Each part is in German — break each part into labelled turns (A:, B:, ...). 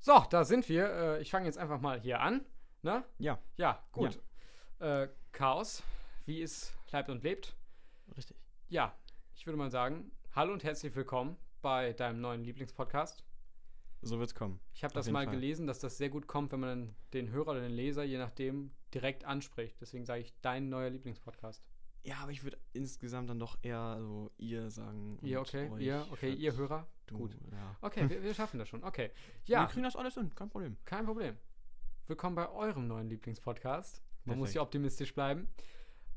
A: So, da sind wir. Äh, ich fange jetzt einfach mal hier an. Ne?
B: Ja,
A: Ja, gut. Äh, Chaos, wie es bleibt und lebt.
B: richtig.
A: Ja, ich würde mal sagen, hallo und herzlich willkommen bei deinem neuen Lieblingspodcast.
B: So wird's kommen.
A: Ich habe
B: Auf
A: das
B: jeden
A: mal
B: Fall.
A: gelesen, dass das sehr gut kommt, wenn man den Hörer oder den Leser, je nachdem, direkt anspricht. Deswegen sage ich dein neuer Lieblingspodcast.
B: Ja, aber ich würde insgesamt dann doch eher so ihr sagen.
A: Ihr,
B: und
A: okay?
B: euch
A: Ihr, okay,
B: statt
A: ihr Hörer?
B: Du,
A: Gut.
B: Ja.
A: Okay, wir, wir schaffen das schon. Okay.
B: Wir
A: Ja,
B: kriegen das alles hin, kein Problem.
A: kein Problem. Willkommen bei eurem neuen Lieblingspodcast. Man muss
B: Perfekt.
A: ja optimistisch bleiben.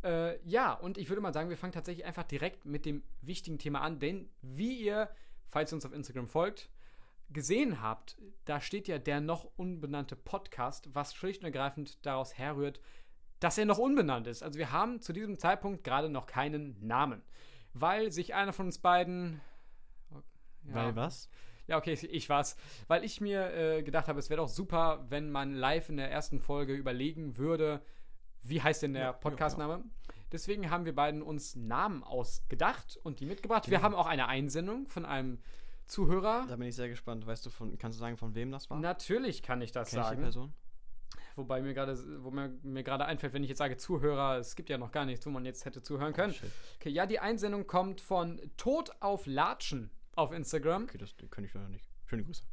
A: Äh, ja, und ich würde mal sagen, wir fangen tatsächlich einfach direkt mit dem wichtigen Thema an, denn wie ihr, falls ihr uns auf Instagram folgt, gesehen habt, da steht ja der noch unbenannte Podcast, was schlicht und ergreifend daraus herrührt, dass er noch unbenannt ist. Also wir haben zu diesem Zeitpunkt gerade noch keinen Namen, weil sich einer von uns beiden... Ja.
B: Weil was?
A: Ja, okay, ich- ich war's. Weil ich mir äh, gedacht habe, es wäre doch super, wenn man live in der ersten Folge überlegen würde, wie heißt denn der
B: Ja, genau. ja,
A: Podcastname. Deswegen haben wir beiden uns Namen ausgedacht und die mitgebracht. Wir haben auch eine Einsendung von einem Zuhörer.
B: Genau. Da bin ich sehr gespannt. Weißt du, von, kannst du sagen, von wem das war?
A: Natürlich kann ich das
B: Kenn ich die
A: sagen.
B: Person?
A: Wobei mir gerade wo mir, mir gerade einfällt, wenn ich jetzt sage Zuhörer, es gibt ja noch gar nichts, wo man jetzt hätte zuhören können.
B: Ah, Shit.
A: Okay, ja, die Einsendung kommt von Tod auf Latschen auf Instagram.
B: Okay, das kann ich leider nicht. Schöne Grüße.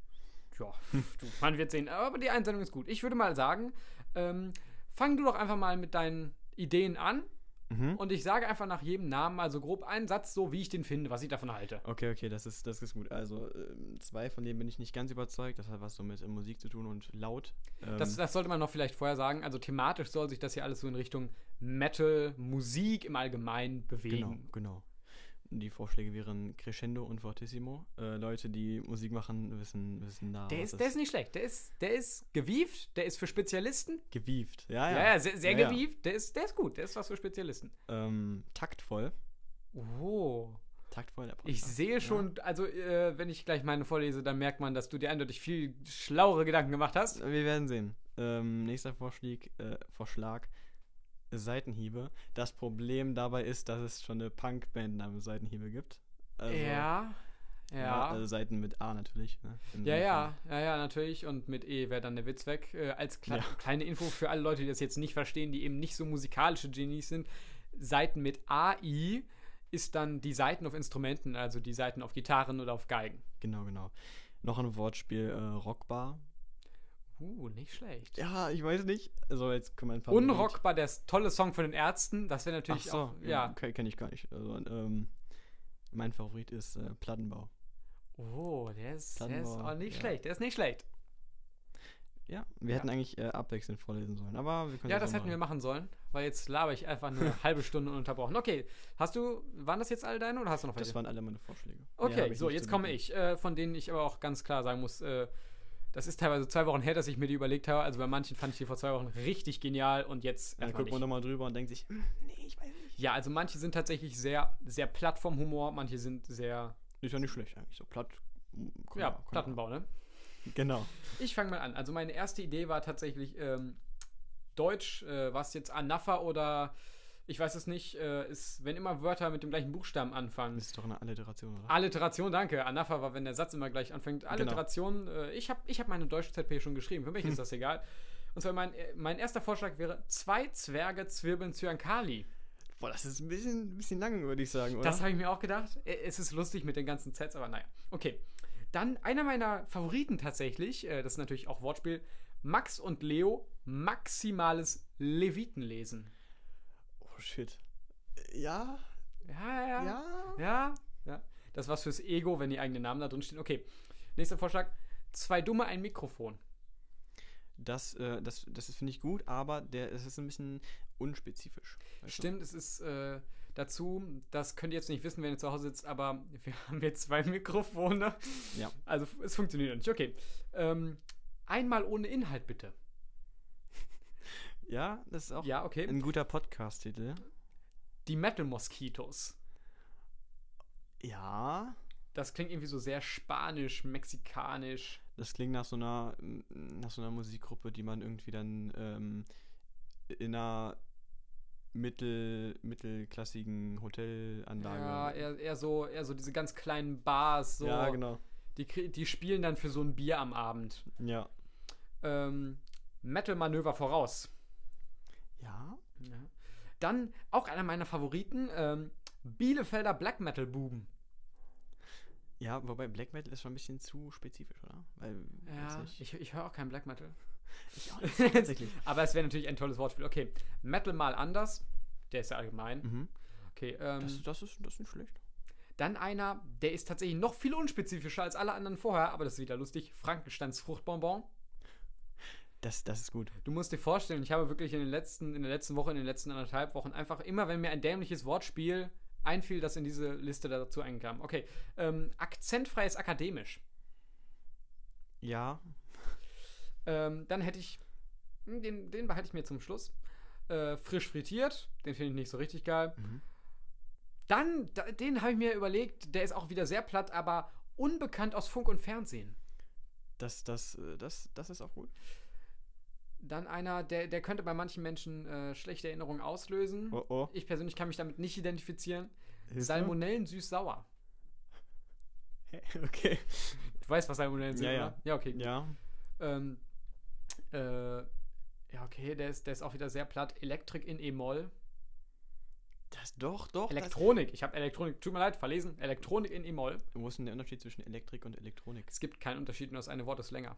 A: Ja, du, man wird sehen. Aber die Einsendung ist gut. Ich würde mal sagen, ähm, fang du doch einfach mal mit deinen Ideen an
B: Mhm.
A: und ich sage einfach nach jedem Namen mal so grob einen Satz, so wie ich den finde, was ich davon halte.
B: Okay, okay, das ist, das ist gut. Also, ähm, zwei von denen bin ich nicht ganz überzeugt. Das hat was so mit äh, Musik zu tun und laut. Ähm,
A: Das, das sollte man noch vielleicht vorher sagen. Also thematisch soll sich das hier alles so in Richtung Metal, Musik im Allgemeinen
B: Genau,
A: bewegen.
B: genau. Die Vorschläge wären Crescendo und Fortissimo. Äh, Leute, die Musik machen, wissen, wissen da.
A: Der
B: was
A: ist, der ist nicht schlecht. Der ist, der ist gewieft, der ist für Spezialisten.
B: gewieft. Ah Ja, ja.
A: Ja, ja, sehr, sehr
B: Ja, ja.
A: gewieft. Der ist, der ist gut. Der ist was für Spezialisten.
B: Ähm, taktvoll.
A: Oh.
B: Taktvoll der
A: Ich
B: Podcast.
A: sehe schon, also äh, wenn ich gleich meine vorlese, dann merkt man, dass du dir eindeutig viel schlauere Gedanken gemacht hast.
B: Wir werden sehen. Ähm, nächster Vorschlag, äh, Vorschlag. Seitenhiebe. Das Problem dabei ist, dass es schon eine Punkband namens Seitenhiebe gibt. Also,
A: ja,
B: ja,
A: ja.
B: Also Seiten mit A natürlich. Ne? Im
A: Ja,
B: Sinne
A: ja, ja, ja, natürlich. Und mit E wäre dann der Witz weg. Äh, als kle
B: Ja.
A: kleine Info für alle Leute, die das jetzt nicht verstehen, die eben nicht so musikalische Genies sind. Seiten mit AI ist dann die Seiten auf Instrumenten, also die Seiten auf Gitarren oder auf Geigen.
B: von- Genau, genau. Noch ein Wortspiel, äh, Rockbar.
A: Uh, nicht schlecht.
B: Ja, ich weiß nicht. Also jetzt können wir ein paar.
A: Unrockbar, der s- tolle Song von den Ärzten, das wäre
B: Ach
A: natürlich
B: so,
A: auch, ja.
B: Kenne äh, ich gar nicht. Also, ähm, mein Favorit ist äh, Plattenbau.
A: Oh, der ist, der ist
B: Plattenbau,
A: auch nicht
B: ja.
A: schlecht, der ist nicht schlecht.
B: Ja, wir hätten eigentlich äh, abwechselnd vorlesen sollen, aber wir können
A: Ja,
B: auch
A: das hätten
B: machen.
A: wir machen sollen, weil jetzt laber ich einfach eine halbe Stunde ununterbrochen. Okay, hast du, waren das jetzt alle deine oder hast du noch welche?
B: Das waren alle meine Vorschläge. Mehr
A: okay,
B: hab ich
A: so,
B: nicht
A: jetzt
B: zu
A: komme
B: bieten.
A: ich, äh, von denen ich aber auch ganz klar sagen muss, äh, das ist teilweise zwei Wochen her, dass ich mir die überlegt habe. Also bei manchen fand ich die vor zwei Wochen richtig genial und jetzt.
B: Dann
A: erstmal
B: guckt
A: nicht.
B: man nochmal drüber und denkt sich, "Hm, nee, ich weiß nicht.
A: ja, also manche sind tatsächlich sehr, sehr platt vom Humor, manche sind sehr,
B: Ist ja nicht schlecht eigentlich, so platt. hm, komm
A: ja,
B: mal, komm mal.
A: Plattenbau, ne?
B: Genau.
A: Ich fange mal an. Also meine erste Idee war tatsächlich ähm, Deutsch, äh, was jetzt Anafa oder ich weiß es nicht, äh, ist, wenn immer Wörter mit dem gleichen Buchstaben anfangen.
B: Das ist doch eine Alliteration,
A: Ah.
B: oder?
A: Alliteration, danke. Anafa war, wenn der Satz immer gleich anfängt. Alliteration, äh, ich habe ich hab meine Deutsch-ZP schon geschrieben, für mich ist das egal. Und zwar mein, äh, mein erster Vorschlag wäre zwei Zwerge zwirbeln Zyankali.
B: Boah, das ist ein bisschen, ein bisschen lang, würde ich sagen, oder?
A: Das habe ich mir auch gedacht. Äh, Es ist lustig mit den ganzen Sets, aber naja. Okay. Dann einer meiner Favoriten tatsächlich, äh, das ist natürlich auch Wortspiel, Max und Leo maximales Levitenlesen.
B: oh, shit. Ja,
A: Ja, ja, ja.
B: ja.
A: Ja, ja. Das was fürs Ego, wenn die eigenen Namen da drin stehen. Okay. Nächster Vorschlag. Zwei Dumme, ein Mikrofon.
B: Das, äh, das, das ist- finde ich gut, aber der, es ist ein bisschen unspezifisch. weißt du?
A: Stimmt, es ist äh, dazu, das könnt ihr jetzt nicht wissen, wenn ihr zu Hause sitzt, aber wir haben jetzt zwei Mikrofone.
B: Ja.
A: Also f- es funktioniert noch nicht. Okay. Ähm, einmal ohne Inhalt bitte.
B: Ja, das ist auch
A: Ja, okay.
B: ein guter Podcast-Titel.
A: Die Metal Mosquitos.
B: Ja.
A: Das klingt irgendwie so sehr spanisch, mexikanisch.
B: Das klingt nach so einer, m, nach so einer Musikgruppe, die man irgendwie dann ähm, in einer mittel, mittelklassigen Hotelanlage.
A: Ja, eher, eher, so, eher so diese ganz kleinen Bars, so,
B: genau. Ja, genau.
A: Die, krie- die spielen dann für so ein Bier am Abend.
B: Ja.
A: Ähm, Metal Manöver voraus.
B: Ja?
A: Ja. Dann auch einer meiner Favoriten, ähm, Bielefelder Black Metal Buben.
B: Ja, wobei Black Metal ist schon ein bisschen zu spezifisch, oder? Weil, weiß
A: Ja,
B: nicht.
A: ich, ich höre auch keinen Black Metal.
B: Ich auch nicht, tatsächlich.
A: Aber es wäre natürlich ein tolles Wortspiel. Okay, Metal mal anders. Der ist ja allgemein.
B: Mhm.
A: Okay, ähm,
B: Das, das, ist, das ist nicht schlecht.
A: dann einer, der ist tatsächlich noch viel unspezifischer als alle anderen vorher, aber das ist wieder lustig. Frankensteins Fruchtbonbon.
B: Das, das ist gut.
A: Du musst dir vorstellen, ich habe wirklich in, den letzten, in der letzten Woche, in den letzten anderthalb Wochen einfach immer, wenn mir ein dämliches Wortspiel einfiel, das in diese Liste dazu einkam. Okay, ähm, akzentfrei ist akademisch.
B: Ja.
A: Ähm, dann hätte ich, hm, den, den behalte ich mir zum Schluss. Äh, frisch frittiert, den finde ich nicht so richtig geil.
B: Mhm.
A: Dann, da, den habe ich mir überlegt, der ist auch wieder sehr platt, aber unbekannt aus Funk und Fernsehen.
B: Das, das, äh, das, das ist auch gut.
A: Dann einer, der, der könnte bei manchen Menschen äh, schlechte Erinnerungen auslösen.
B: Oh oh.
A: Ich persönlich kann mich damit nicht identifizieren.
B: Hilfe.
A: Salmonellen süß-sauer.
B: Hä? Okay.
A: Du weißt, was Salmonellen sind,
B: Ja, ja.
A: oder? Ja, okay. gut.
B: Ja.
A: Ähm, äh, ja, okay, der ist, der ist auch wieder sehr platt. Elektrik in E-Moll.
B: Das doch, doch.
A: Elektronik. Ich habe Elektronik, tut mir leid, verlesen. Elektronik in E-Moll.
B: Das, wo ist denn der Unterschied zwischen Elektrik und Elektronik?
A: Es gibt keinen Unterschied, nur das eine Wort ist länger.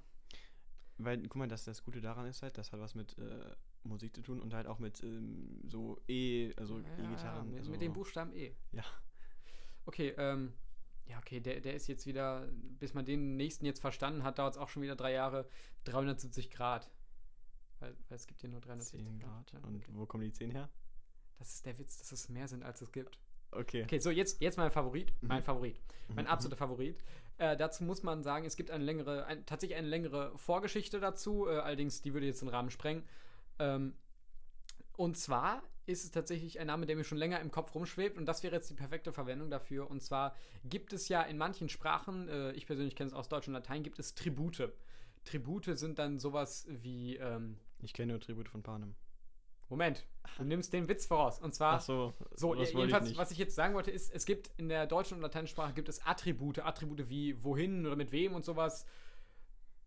B: Weil, guck mal, das, das Gute daran ist halt, das hat was mit äh, Musik zu tun und halt auch mit ähm, so E, also
A: Ja, ja,
B: E-Gitarren.
A: mit,
B: also,
A: mit dem Buchstaben E.
B: Ja.
A: Okay, ähm, ja, okay, der, der ist jetzt wieder, bis man den nächsten jetzt verstanden hat, dauert es auch schon wieder drei Jahre, 370 Grad. Weil, weil es gibt hier nur
B: 10
A: 370
B: Grad.
A: Grad. ja,
B: Und
A: okay.
B: wo kommen die 10 her?
A: Das ist der Witz, dass es mehr sind, als es gibt.
B: Okay.
A: Okay, so jetzt, jetzt mein Favorit. Mein
B: Mhm.
A: Favorit. Mein
B: Mhm,
A: absoluter Favorit. Äh, dazu muss man sagen, es gibt eine längere, ein, tatsächlich eine längere Vorgeschichte dazu, äh, allerdings die würde jetzt den Rahmen sprengen. Ähm, und zwar ist es tatsächlich ein Name, der mir schon länger im Kopf rumschwebt und das wäre jetzt die perfekte Verwendung dafür. Und zwar gibt es ja in manchen Sprachen, äh, ich persönlich kenne es aus Deutsch und Latein, gibt es Tribute. Tribute sind dann sowas wie, ähm,
B: Ich kenne nur Tribute von Panem.
A: Moment, du nimmst den Witz voraus. Und zwar
B: Ach so.
A: Ah, so,
B: das wollte
A: jedenfalls,
B: ich nicht.
A: was ich jetzt sagen wollte, ist, es gibt in der deutschen und lateinischen Sprache gibt es Attribute, Attribute wie wohin oder mit wem und sowas.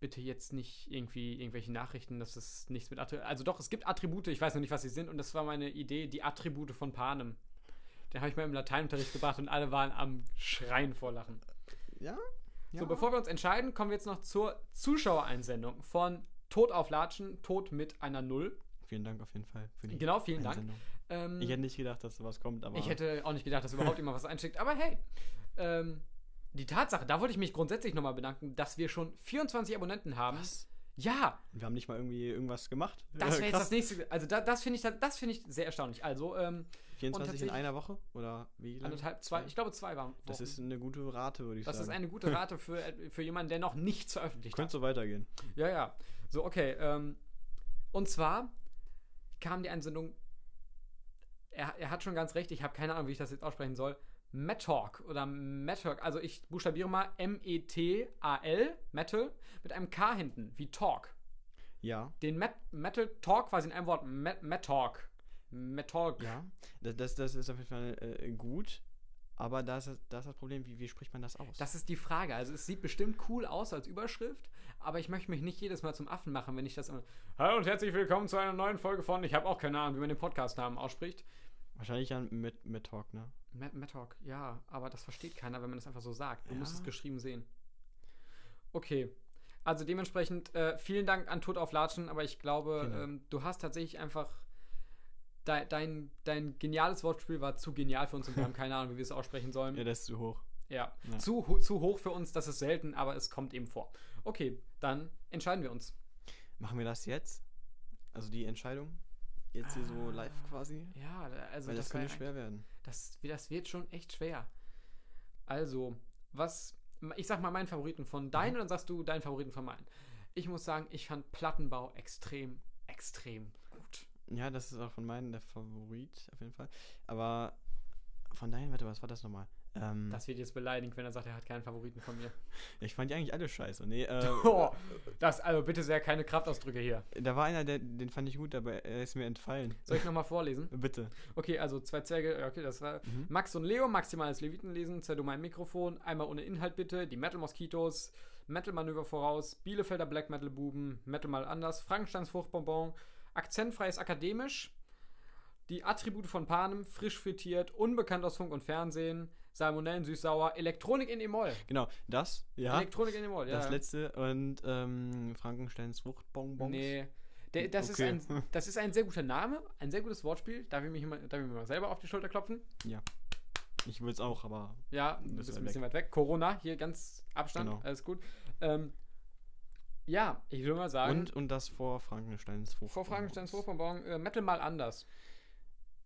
A: Bitte jetzt nicht irgendwie irgendwelche Nachrichten, dass es nichts mit Attributen. Also doch, es gibt Attribute, ich weiß noch nicht, was sie sind, und das war meine Idee, die Attribute von Panem. Den habe ich mal im Lateinunterricht gebracht und alle waren am Schreien vor Lachen.
B: Ja?
A: So, bevor wir uns entscheiden, kommen wir jetzt noch zur Zuschauereinsendung von Tod auf Latschen, Tod mit einer Null.
B: Vielen Dank auf jeden Fall für die
A: Genau, vielen Dank.
B: Einsendung.
A: Ähm,
B: Mhm. Ich hätte nicht gedacht, dass sowas kommt, aber.
A: Ich hätte auch nicht gedacht, dass überhaupt jemand was einschickt, aber hey. Ähm, die Tatsache, da wollte ich mich grundsätzlich nochmal bedanken, dass wir schon 24 Abonnenten haben.
B: Was?
A: Ja,
B: Und wir haben nicht mal irgendwie irgendwas gemacht.
A: das wäre jetzt
B: krass.
A: das nächste. Also da, das finde ich, das finde ich sehr erstaunlich. Also ähm,
B: 24 in
A: tatsächlich-
B: einer Woche? Oder wie? lange?
A: anderthalb, zwei, ich glaube zwei waren.
B: Das
A: Wochen.
B: ist eine gute Rate, würde ich
A: das ist
B: sagen.
A: eine gute Rate für, äh, für jemanden, der noch nichts veröffentlicht hat.
B: Könnte so weitergehen.
A: Ja, ja. So, okay. Ähm, und zwar kam die Einsendung, er, er hat schon ganz recht, ich habe keine Ahnung, wie ich das jetzt aussprechen soll. Metalk oder Metalk, also ich buchstabiere mal E M-E-T-A-L, Metal, mit einem K hinten, wie Talk.
B: Ja.
A: Den Met Metal Talk quasi in einem Wort, Met Metalk. Metalk.
B: Ja. Das, das, das ist auf jeden Fall äh, gut. Aber da ist, das- da ist das Problem, wie, wie spricht man das aus?
A: Das ist die Frage. Also es sieht bestimmt cool aus als Überschrift, aber ich möchte mich nicht jedes Mal zum Affen machen, wenn ich das immer. Hallo und herzlich willkommen zu einer neuen Folge von. Ich habe auch keine Ahnung, wie man den Podcastnamen ausspricht.
B: Wahrscheinlich dann mit, mit Talk, ne?
A: Ma- Mattock, ja, aber das versteht keiner, wenn man das einfach so sagt. Du musst es
B: Ja.
A: geschrieben sehen. Okay. Also dementsprechend äh, vielen Dank an Tod auf Latschen, aber ich glaube,
B: Vielen Dank.
A: ähm, du hast tatsächlich einfach. dei- Dein, dein geniales Wortspiel war zu genial für uns und wir haben keine Ahnung, wie wir es aussprechen sollen.
B: Ja, das ist zu hoch.
A: Ja,
B: Ja.
A: Zu, ho- zu hoch für uns, das ist selten, aber es kommt eben vor. Okay, dann entscheiden wir uns.
B: Machen wir das jetzt? Also die Entscheidung? Jetzt hier so
A: Ah.
B: live quasi?
A: Ja, da- also
B: Weil das,
A: war
B: könnte
A: ja
B: schwer werden.
A: ein- Das, das wird schon echt schwer. Also, was, ich sag mal meinen Favoriten von deinen und dann sagst du deinen Favoriten von meinen. Ich muss sagen, ich fand Plattenbau extrem, extrem gut.
B: Ja, das ist auch von meinen der Favorit, auf jeden Fall. Aber von daher, warte, was war das nochmal? Ähm,
A: Das wird jetzt beleidigend, wenn er sagt, er hat keinen Favoriten von mir.
B: ich fand die eigentlich alle scheiße. Nee, äh,
A: Oh, das, also bitte sehr, keine Kraftausdrücke hier.
B: da war einer, der, den fand ich gut, aber er ist mir entfallen.
A: Soll ich nochmal vorlesen?
B: Bitte.
A: Okay, also zwei Zwerge, ja, okay, das war
B: Mhm.
A: Max und Leo, maximales Levitenlesen, Zerdo mein Mikrofon, einmal ohne Inhalt bitte, die Metal Moskitos, Metal Manöver voraus, Bielefelder Black Metal Buben, Metal mal anders, Frankensteins Fruchtbonbon, akzentfreies Akademisch, die Attribute von Panem, frisch frittiert, unbekannt aus Funk und Fernsehen, Salmonellen süß-sauer, Elektronik in E-Moll.
B: Genau, das, ja.
A: Elektronik in E-Moll, ja.
B: Das letzte und ähm, Frankensteins Fruchtbonbons.
A: Nee. Der, das,
B: Okay.
A: ist ein, das ist ein sehr guter Name, ein sehr gutes Wortspiel. Darf ich mich mal, darf ich mir mal selber auf die Schulter klopfen?
B: Ich würde es auch, aber
A: Ja,
B: Ein
A: du bist
B: bisschen
A: ein bisschen weit weg. Corona, hier ganz Abstand,
B: Genau.
A: alles gut. Ähm, ja, ich würde mal sagen,
B: Und, und das vor Frankensteins Frucht.
A: vor Frankensteins Hochbonbon, äh, Metal mal anders.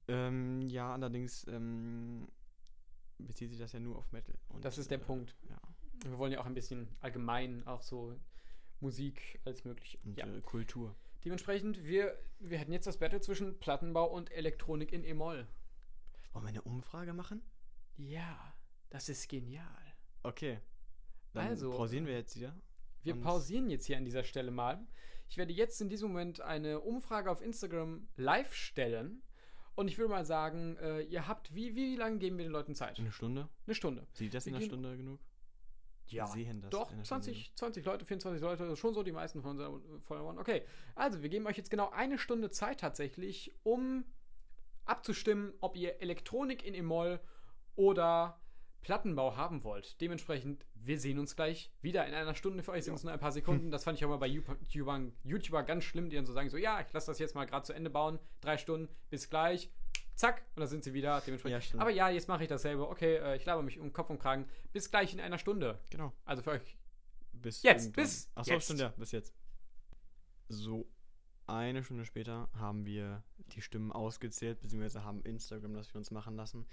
B: Ähm, ja, allerdings ähm, bezieht sich das ja nur auf Metal. Und,
A: Das ist der
B: äh,
A: Punkt.
B: Ja.
A: Wir wollen ja auch ein bisschen allgemein auch so Musik als möglich.
B: Und
A: Ja.
B: äh, Kultur.
A: Dementsprechend, wir, wir hätten jetzt das Battle zwischen Plattenbau und Elektronik in E-Moll.
B: Wollen wir eine Umfrage machen?
A: Ja, das ist genial.
B: Okay. Dann
A: Also-
B: pausieren wir jetzt wieder.
A: Wir
B: Und-
A: pausieren jetzt hier an dieser Stelle mal. Ich werde jetzt in diesem Moment eine Umfrage auf Instagram live stellen. Und ich würde mal sagen, äh, ihr habt, wie, wie lange geben wir den Leuten Zeit?
B: Eine Stunde?
A: Eine Stunde.
B: Sieht das
A: äh, Wir
B: in einer
A: gehen-
B: Stunde genug?
A: Ja,
B: Sehen das
A: Doch,
B: in einer Stunde
A: 20, 20 Leute, 24 Leute, das ist schon so die meisten von unseren Followern. Okay, also wir geben euch jetzt genau eine Stunde Zeit tatsächlich, um abzustimmen, ob ihr Elektronik in E-Moll oder Plattenbau haben wollt. Dementsprechend, wir sehen uns gleich wieder in einer Stunde. Für euch sind es nur ein paar Sekunden. Das fand ich auch mal bei YouTubern, YouTuber ganz schlimm, die dann so sagen, so ja, ich lasse das jetzt mal gerade zu Ende bauen. Drei Stunden, bis gleich. Zack, und da sind sie wieder.
B: Ja,
A: Dementsprechend.
B: stimmt.
A: Aber ja, jetzt mache ich dasselbe. Okay, äh, ich laber mich um Kopf und Kragen. Bis gleich in einer Stunde.
B: genug? Genau.
A: Also für euch.
B: Bis
A: Jetzt,
B: irgendwann.
A: bis
B: Ach so,
A: jetzt.
B: stimmt ja, bis jetzt. So, eine Stunde später haben wir die Stimmen ausgezählt, beziehungsweise haben Instagram das für uns machen lassen.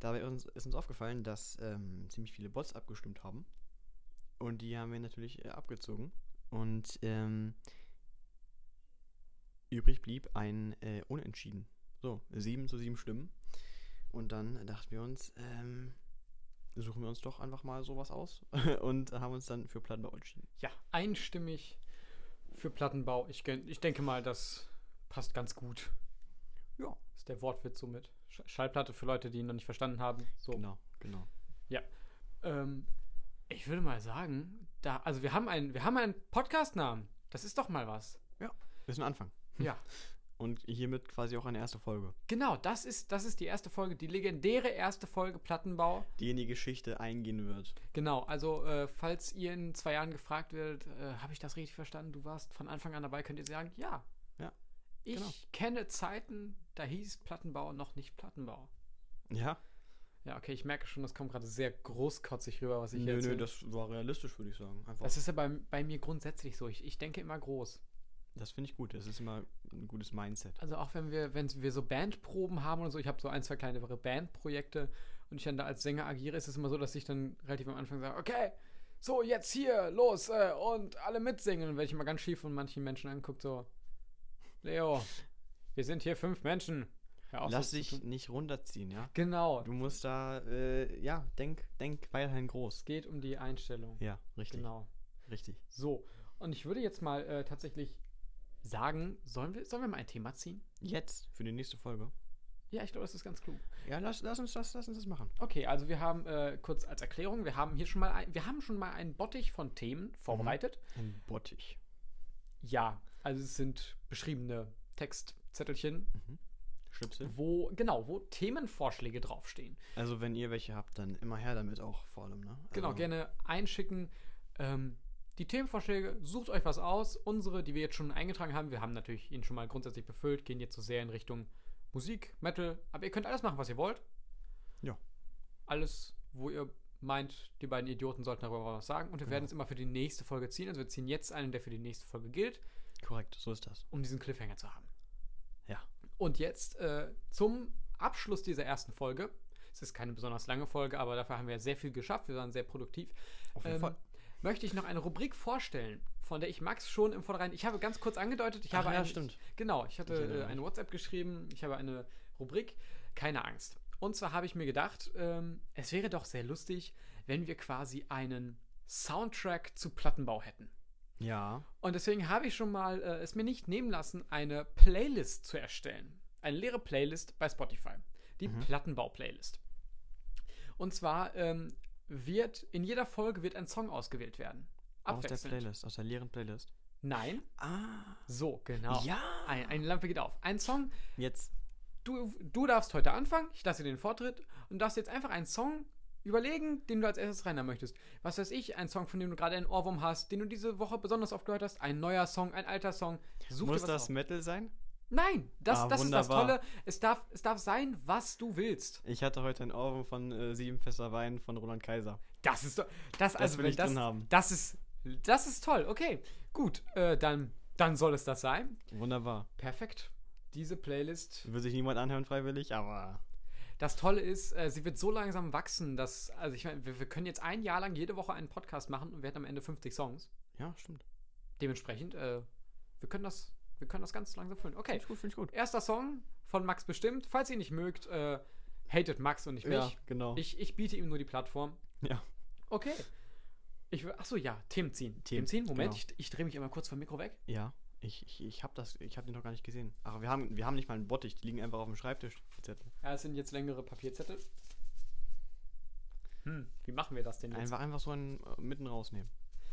B: Dabei uns, ist uns aufgefallen, dass ähm, ziemlich viele Bots abgestimmt haben. Und die haben wir natürlich äh, abgezogen. Und ähm, übrig blieb ein äh, Unentschieden. So, 7 zu 7 Stimmen. Und dann dachten wir uns, ähm, suchen wir uns doch einfach mal sowas aus und haben uns dann für Plattenbau entschieden.
A: Ja, einstimmig für Plattenbau. Ich, gön- ich denke mal, das passt ganz gut.
B: Ja.
A: Ist der Wortwitz somit. Sch- Schallplatte für Leute, die ihn noch nicht verstanden haben. So.
B: Genau, genau.
A: Ähm, ich würde mal sagen, da, also wir haben einen, wir haben einen Podcast-Namen. Das ist doch mal was.
B: Ist ein Anfang.
A: Ja.
B: Und hiermit quasi auch eine erste Folge,
A: Genau, das ist, das ist die erste Folge, die legendäre erste Folge Plattenbau.
B: die in die Geschichte eingehen wird.
A: Genau, also äh, falls ihr in zwei Jahren gefragt werdet, äh, habe ich das richtig verstanden, du warst von Anfang an dabei, könnt ihr sagen, ja.
B: Ja,
A: Ich
B: genau.
A: kenne Zeiten, da hieß Plattenbau noch nicht Plattenbau.
B: Ja?
A: Ja, okay, ich merke schon, das kommt gerade sehr großkotzig rüber, was ich hier
B: Nö, nö,
A: erzähle.
B: das war realistisch, würde ich sagen. Einfach.
A: Das ist ja bei, bei mir grundsätzlich so. Ich, ich denke immer groß.
B: das finde ich gut. Das ist immer ein gutes Mindset.
A: Also auch wenn wir, wenn wir so Bandproben haben oder so, ich habe so ein, zwei kleinere Bandprojekte und ich dann da als Sänger agiere, ist es immer so, dass ich dann relativ am Anfang sage, okay, so jetzt hier, los äh, und alle mitsingen. Und werde ich immer ganz schief von manchen Menschen anguckt, so, Leo, wir sind hier fünf Menschen. Hör auf,
B: Lass
A: so zu
B: dich
A: tun."
B: nicht runterziehen, ja?
A: Genau,
B: Du musst da, äh, ja, denk, denk weiterhin groß.
A: es geht um die Einstellung.
B: Ja, richtig.
A: Genau.
B: Richtig.
A: So, und ich würde jetzt mal äh, tatsächlich sagen, sollen wir, sollen wir mal ein Thema ziehen?
B: Jetzt für die nächste Folge.
A: Ja, ich glaube, das ist ganz klug.
B: Ja, lass, lass, uns, das, lass uns das machen.
A: Okay, also wir haben äh, kurz als Erklärung, wir haben hier schon mal ein, wir haben schon mal einen Bottich von Themen vorbereitet.
B: Ein Bottich.
A: Ja, also es sind beschriebene Textzettelchen,
B: Schnipsel.
A: wo genau, wo Themenvorschläge draufstehen.
B: Also, wenn ihr welche habt, dann immer her damit auch vor allem, ne?
A: Genau,
B: also,
A: gerne einschicken. Ähm, die Themenvorschläge, sucht euch was aus. Unsere, die wir jetzt schon eingetragen haben, wir haben natürlich ihn schon mal grundsätzlich befüllt, gehen jetzt so sehr in Richtung Musik, Metal, aber ihr könnt alles machen, was ihr wollt.
B: Ja.
A: Alles, wo ihr meint, die beiden Idioten sollten darüber was sagen. Und wir werden es immer für die nächste Folge ziehen. Also wir ziehen jetzt einen, der für die nächste Folge gilt,
B: Korrekt, so ist das.
A: um diesen Cliffhanger zu haben.
B: Ja.
A: Und jetzt äh, zum Abschluss dieser ersten Folge. Es ist keine besonders lange Folge, aber dafür haben wir sehr viel geschafft. Wir waren sehr produktiv.
B: Auf jeden
A: Ähm,
B: Fall.
A: Möchte ich noch eine Rubrik vorstellen, von der ich Max schon im Vorhinein. Ich habe ganz kurz angedeutet, ich
B: Ach
A: habe
B: ja,
A: eine,
B: stimmt.
A: Genau, ich hatte
B: Ich erinnere
A: äh, eine WhatsApp geschrieben, ich habe eine Rubrik. Keine Angst. Und zwar habe ich mir gedacht, ähm, es wäre doch sehr lustig, wenn wir quasi einen Soundtrack zu Plattenbau hätten.
B: Ja.
A: Und deswegen habe ich schon mal äh, es mir nicht nehmen lassen, eine Playlist zu erstellen. Eine leere Playlist bei Spotify. Die
B: Mhm.
A: Plattenbau-Playlist. Und zwar ähm, wird in jeder Folge wird ein Song ausgewählt werden.
B: Aus der
A: Abwechselnd.
B: Playlist, aus der leeren Playlist.
A: Nein.
B: Ah.
A: So, genau.
B: Ja.
A: Ein, eine Lampe geht auf. Ein Song.
B: Jetzt.
A: Du, du darfst heute anfangen. Ich lasse dir den Vortritt und darfst jetzt einfach einen Song überlegen, den du als erstes reinhaben möchtest. Was weiß ich, ein Song, von dem du gerade einen Ohrwurm hast, den du diese Woche besonders oft gehört hast, ein neuer Song, ein alter Song. Such
B: Muss
A: dir was
B: das
A: aus.
B: Metal sein?
A: Nein, das,
B: Ah,
A: das ist das
B: wunderbar.
A: Tolle. Es darf, es darf sein, was du willst.
B: Ich hatte heute ein Ohrwurm von äh, Sieben Fässer Wein von Roland Kaiser.
A: Das ist doch. Das, also,
B: will
A: wenn
B: ich
A: das,
B: drin haben.
A: Das ist, das ist toll. Okay, gut. Äh, dann, dann soll es das sein.
B: Wunderbar.
A: Perfekt. Diese Playlist.
B: Will sich niemand anhören freiwillig, aber
A: Das Tolle ist, äh, sie wird so langsam wachsen, dass. Also, ich meine, wir, wir können jetzt ein Jahr lang jede Woche einen Podcast machen und wir hätten am Ende 50 Songs.
B: ja, stimmt.
A: Dementsprechend, äh, wir, können das, wir können das ganz langsam füllen. Okay,
B: Finde ich gut, finde ich gut.
A: erster Song von Max bestimmt. Falls ihr ihn nicht mögt, äh, hatet Max und nicht mich.
B: Ja, genau.
A: Ich, ich biete ihm nur die Plattform.
B: Ja.
A: Okay. Ich will, achso, ja, Themen ziehen.
B: Themen,
A: Themen ziehen, Moment,
B: genau.
A: ich, ich drehe mich einmal kurz vom Mikro weg.
B: Ja, ich, ich, ich habe das, ich habe den noch gar nicht gesehen. Ach, wir haben, wir haben nicht mal einen Bottich, die liegen einfach auf dem Schreibtisch. die Zettel.
A: Ja, es sind jetzt längere Papierzettel. Hm, wie machen wir das denn jetzt?
B: Einfach, einfach so einen äh, mitten rausnehmen.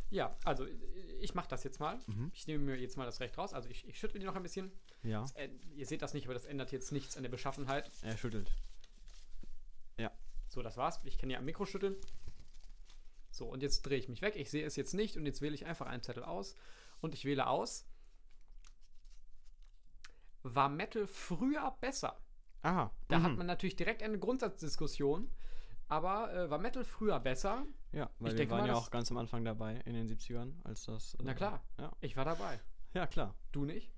A: Ja, also ich- ich mache das jetzt mal.
B: Mhm.
A: Ich nehme mir jetzt mal das Recht raus. Also ich, ich schüttle die noch ein bisschen.
B: Ja.
A: Das, äh, ihr seht das nicht, aber das ändert jetzt nichts an der Beschaffenheit.
B: Er schüttelt.
A: So, das war's. Ich kann ja am Mikro schütteln. So, und jetzt drehe ich mich weg. Ich sehe es jetzt nicht und jetzt wähle ich einfach einen Zettel aus. Und ich wähle aus. War Metal früher besser?
B: Aha.
A: Da hat
B: mhm.
A: man natürlich direkt eine Grundsatzdiskussion. Aber äh, war Metal früher besser?
B: Ja, weil
A: Ich
B: wir
A: denke
B: waren
A: mal,
B: ja
A: das-
B: auch ganz am Anfang dabei in den 70ern, als das. äh,
A: Na klar.
B: Ja,
A: Ich war dabei.
B: ja klar.
A: Du nicht?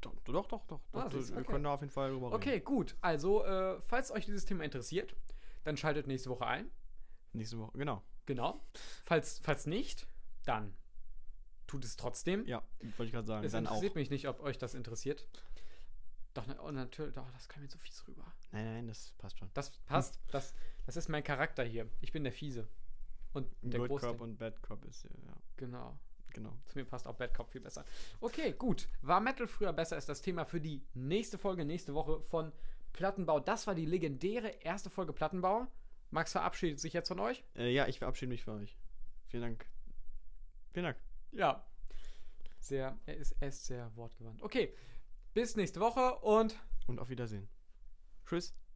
B: Doch, doch, doch. doch,
A: Ah,
B: doch
A: siehst du,
B: wir
A: okay.
B: können da auf jeden Fall drüber reden.
A: Okay, gut. Also, äh, falls euch dieses Thema interessiert, dann schaltet nächste Woche ein.
B: Nächste Woche, genau.
A: Genau. Falls, falls nicht, dann tut es trotzdem.
B: Ja, wollte ich gerade sagen.
A: es
B: dann auch.
A: interessiert mich nicht, ob euch das interessiert. Doch, na, oh, natürlich, doch, das kam mir so fies rüber.
B: Nein, nein, das passt schon.
A: Das passt. Das, das ist mein Charakter hier. Ich bin der Fiese. Und der
B: Good
A: Große.
B: Cop und Bad Cop ist äh, ja,
A: Genau.
B: genau.
A: Zu mir passt auch Bad Cop viel besser. Okay, gut. War Metal früher besser ist das Thema für die nächste Folge, nächste Woche von Plattenbau. Das war die legendäre erste Folge Plattenbau. Max verabschiedet sich jetzt von euch.
B: Äh, ja, ich verabschiede mich für euch. Vielen Dank. Vielen Dank.
A: Ja. Sehr, er ist, er ist sehr wortgewandt. Okay, bis nächste Woche und
B: Und auf Wiedersehen. Tschüss.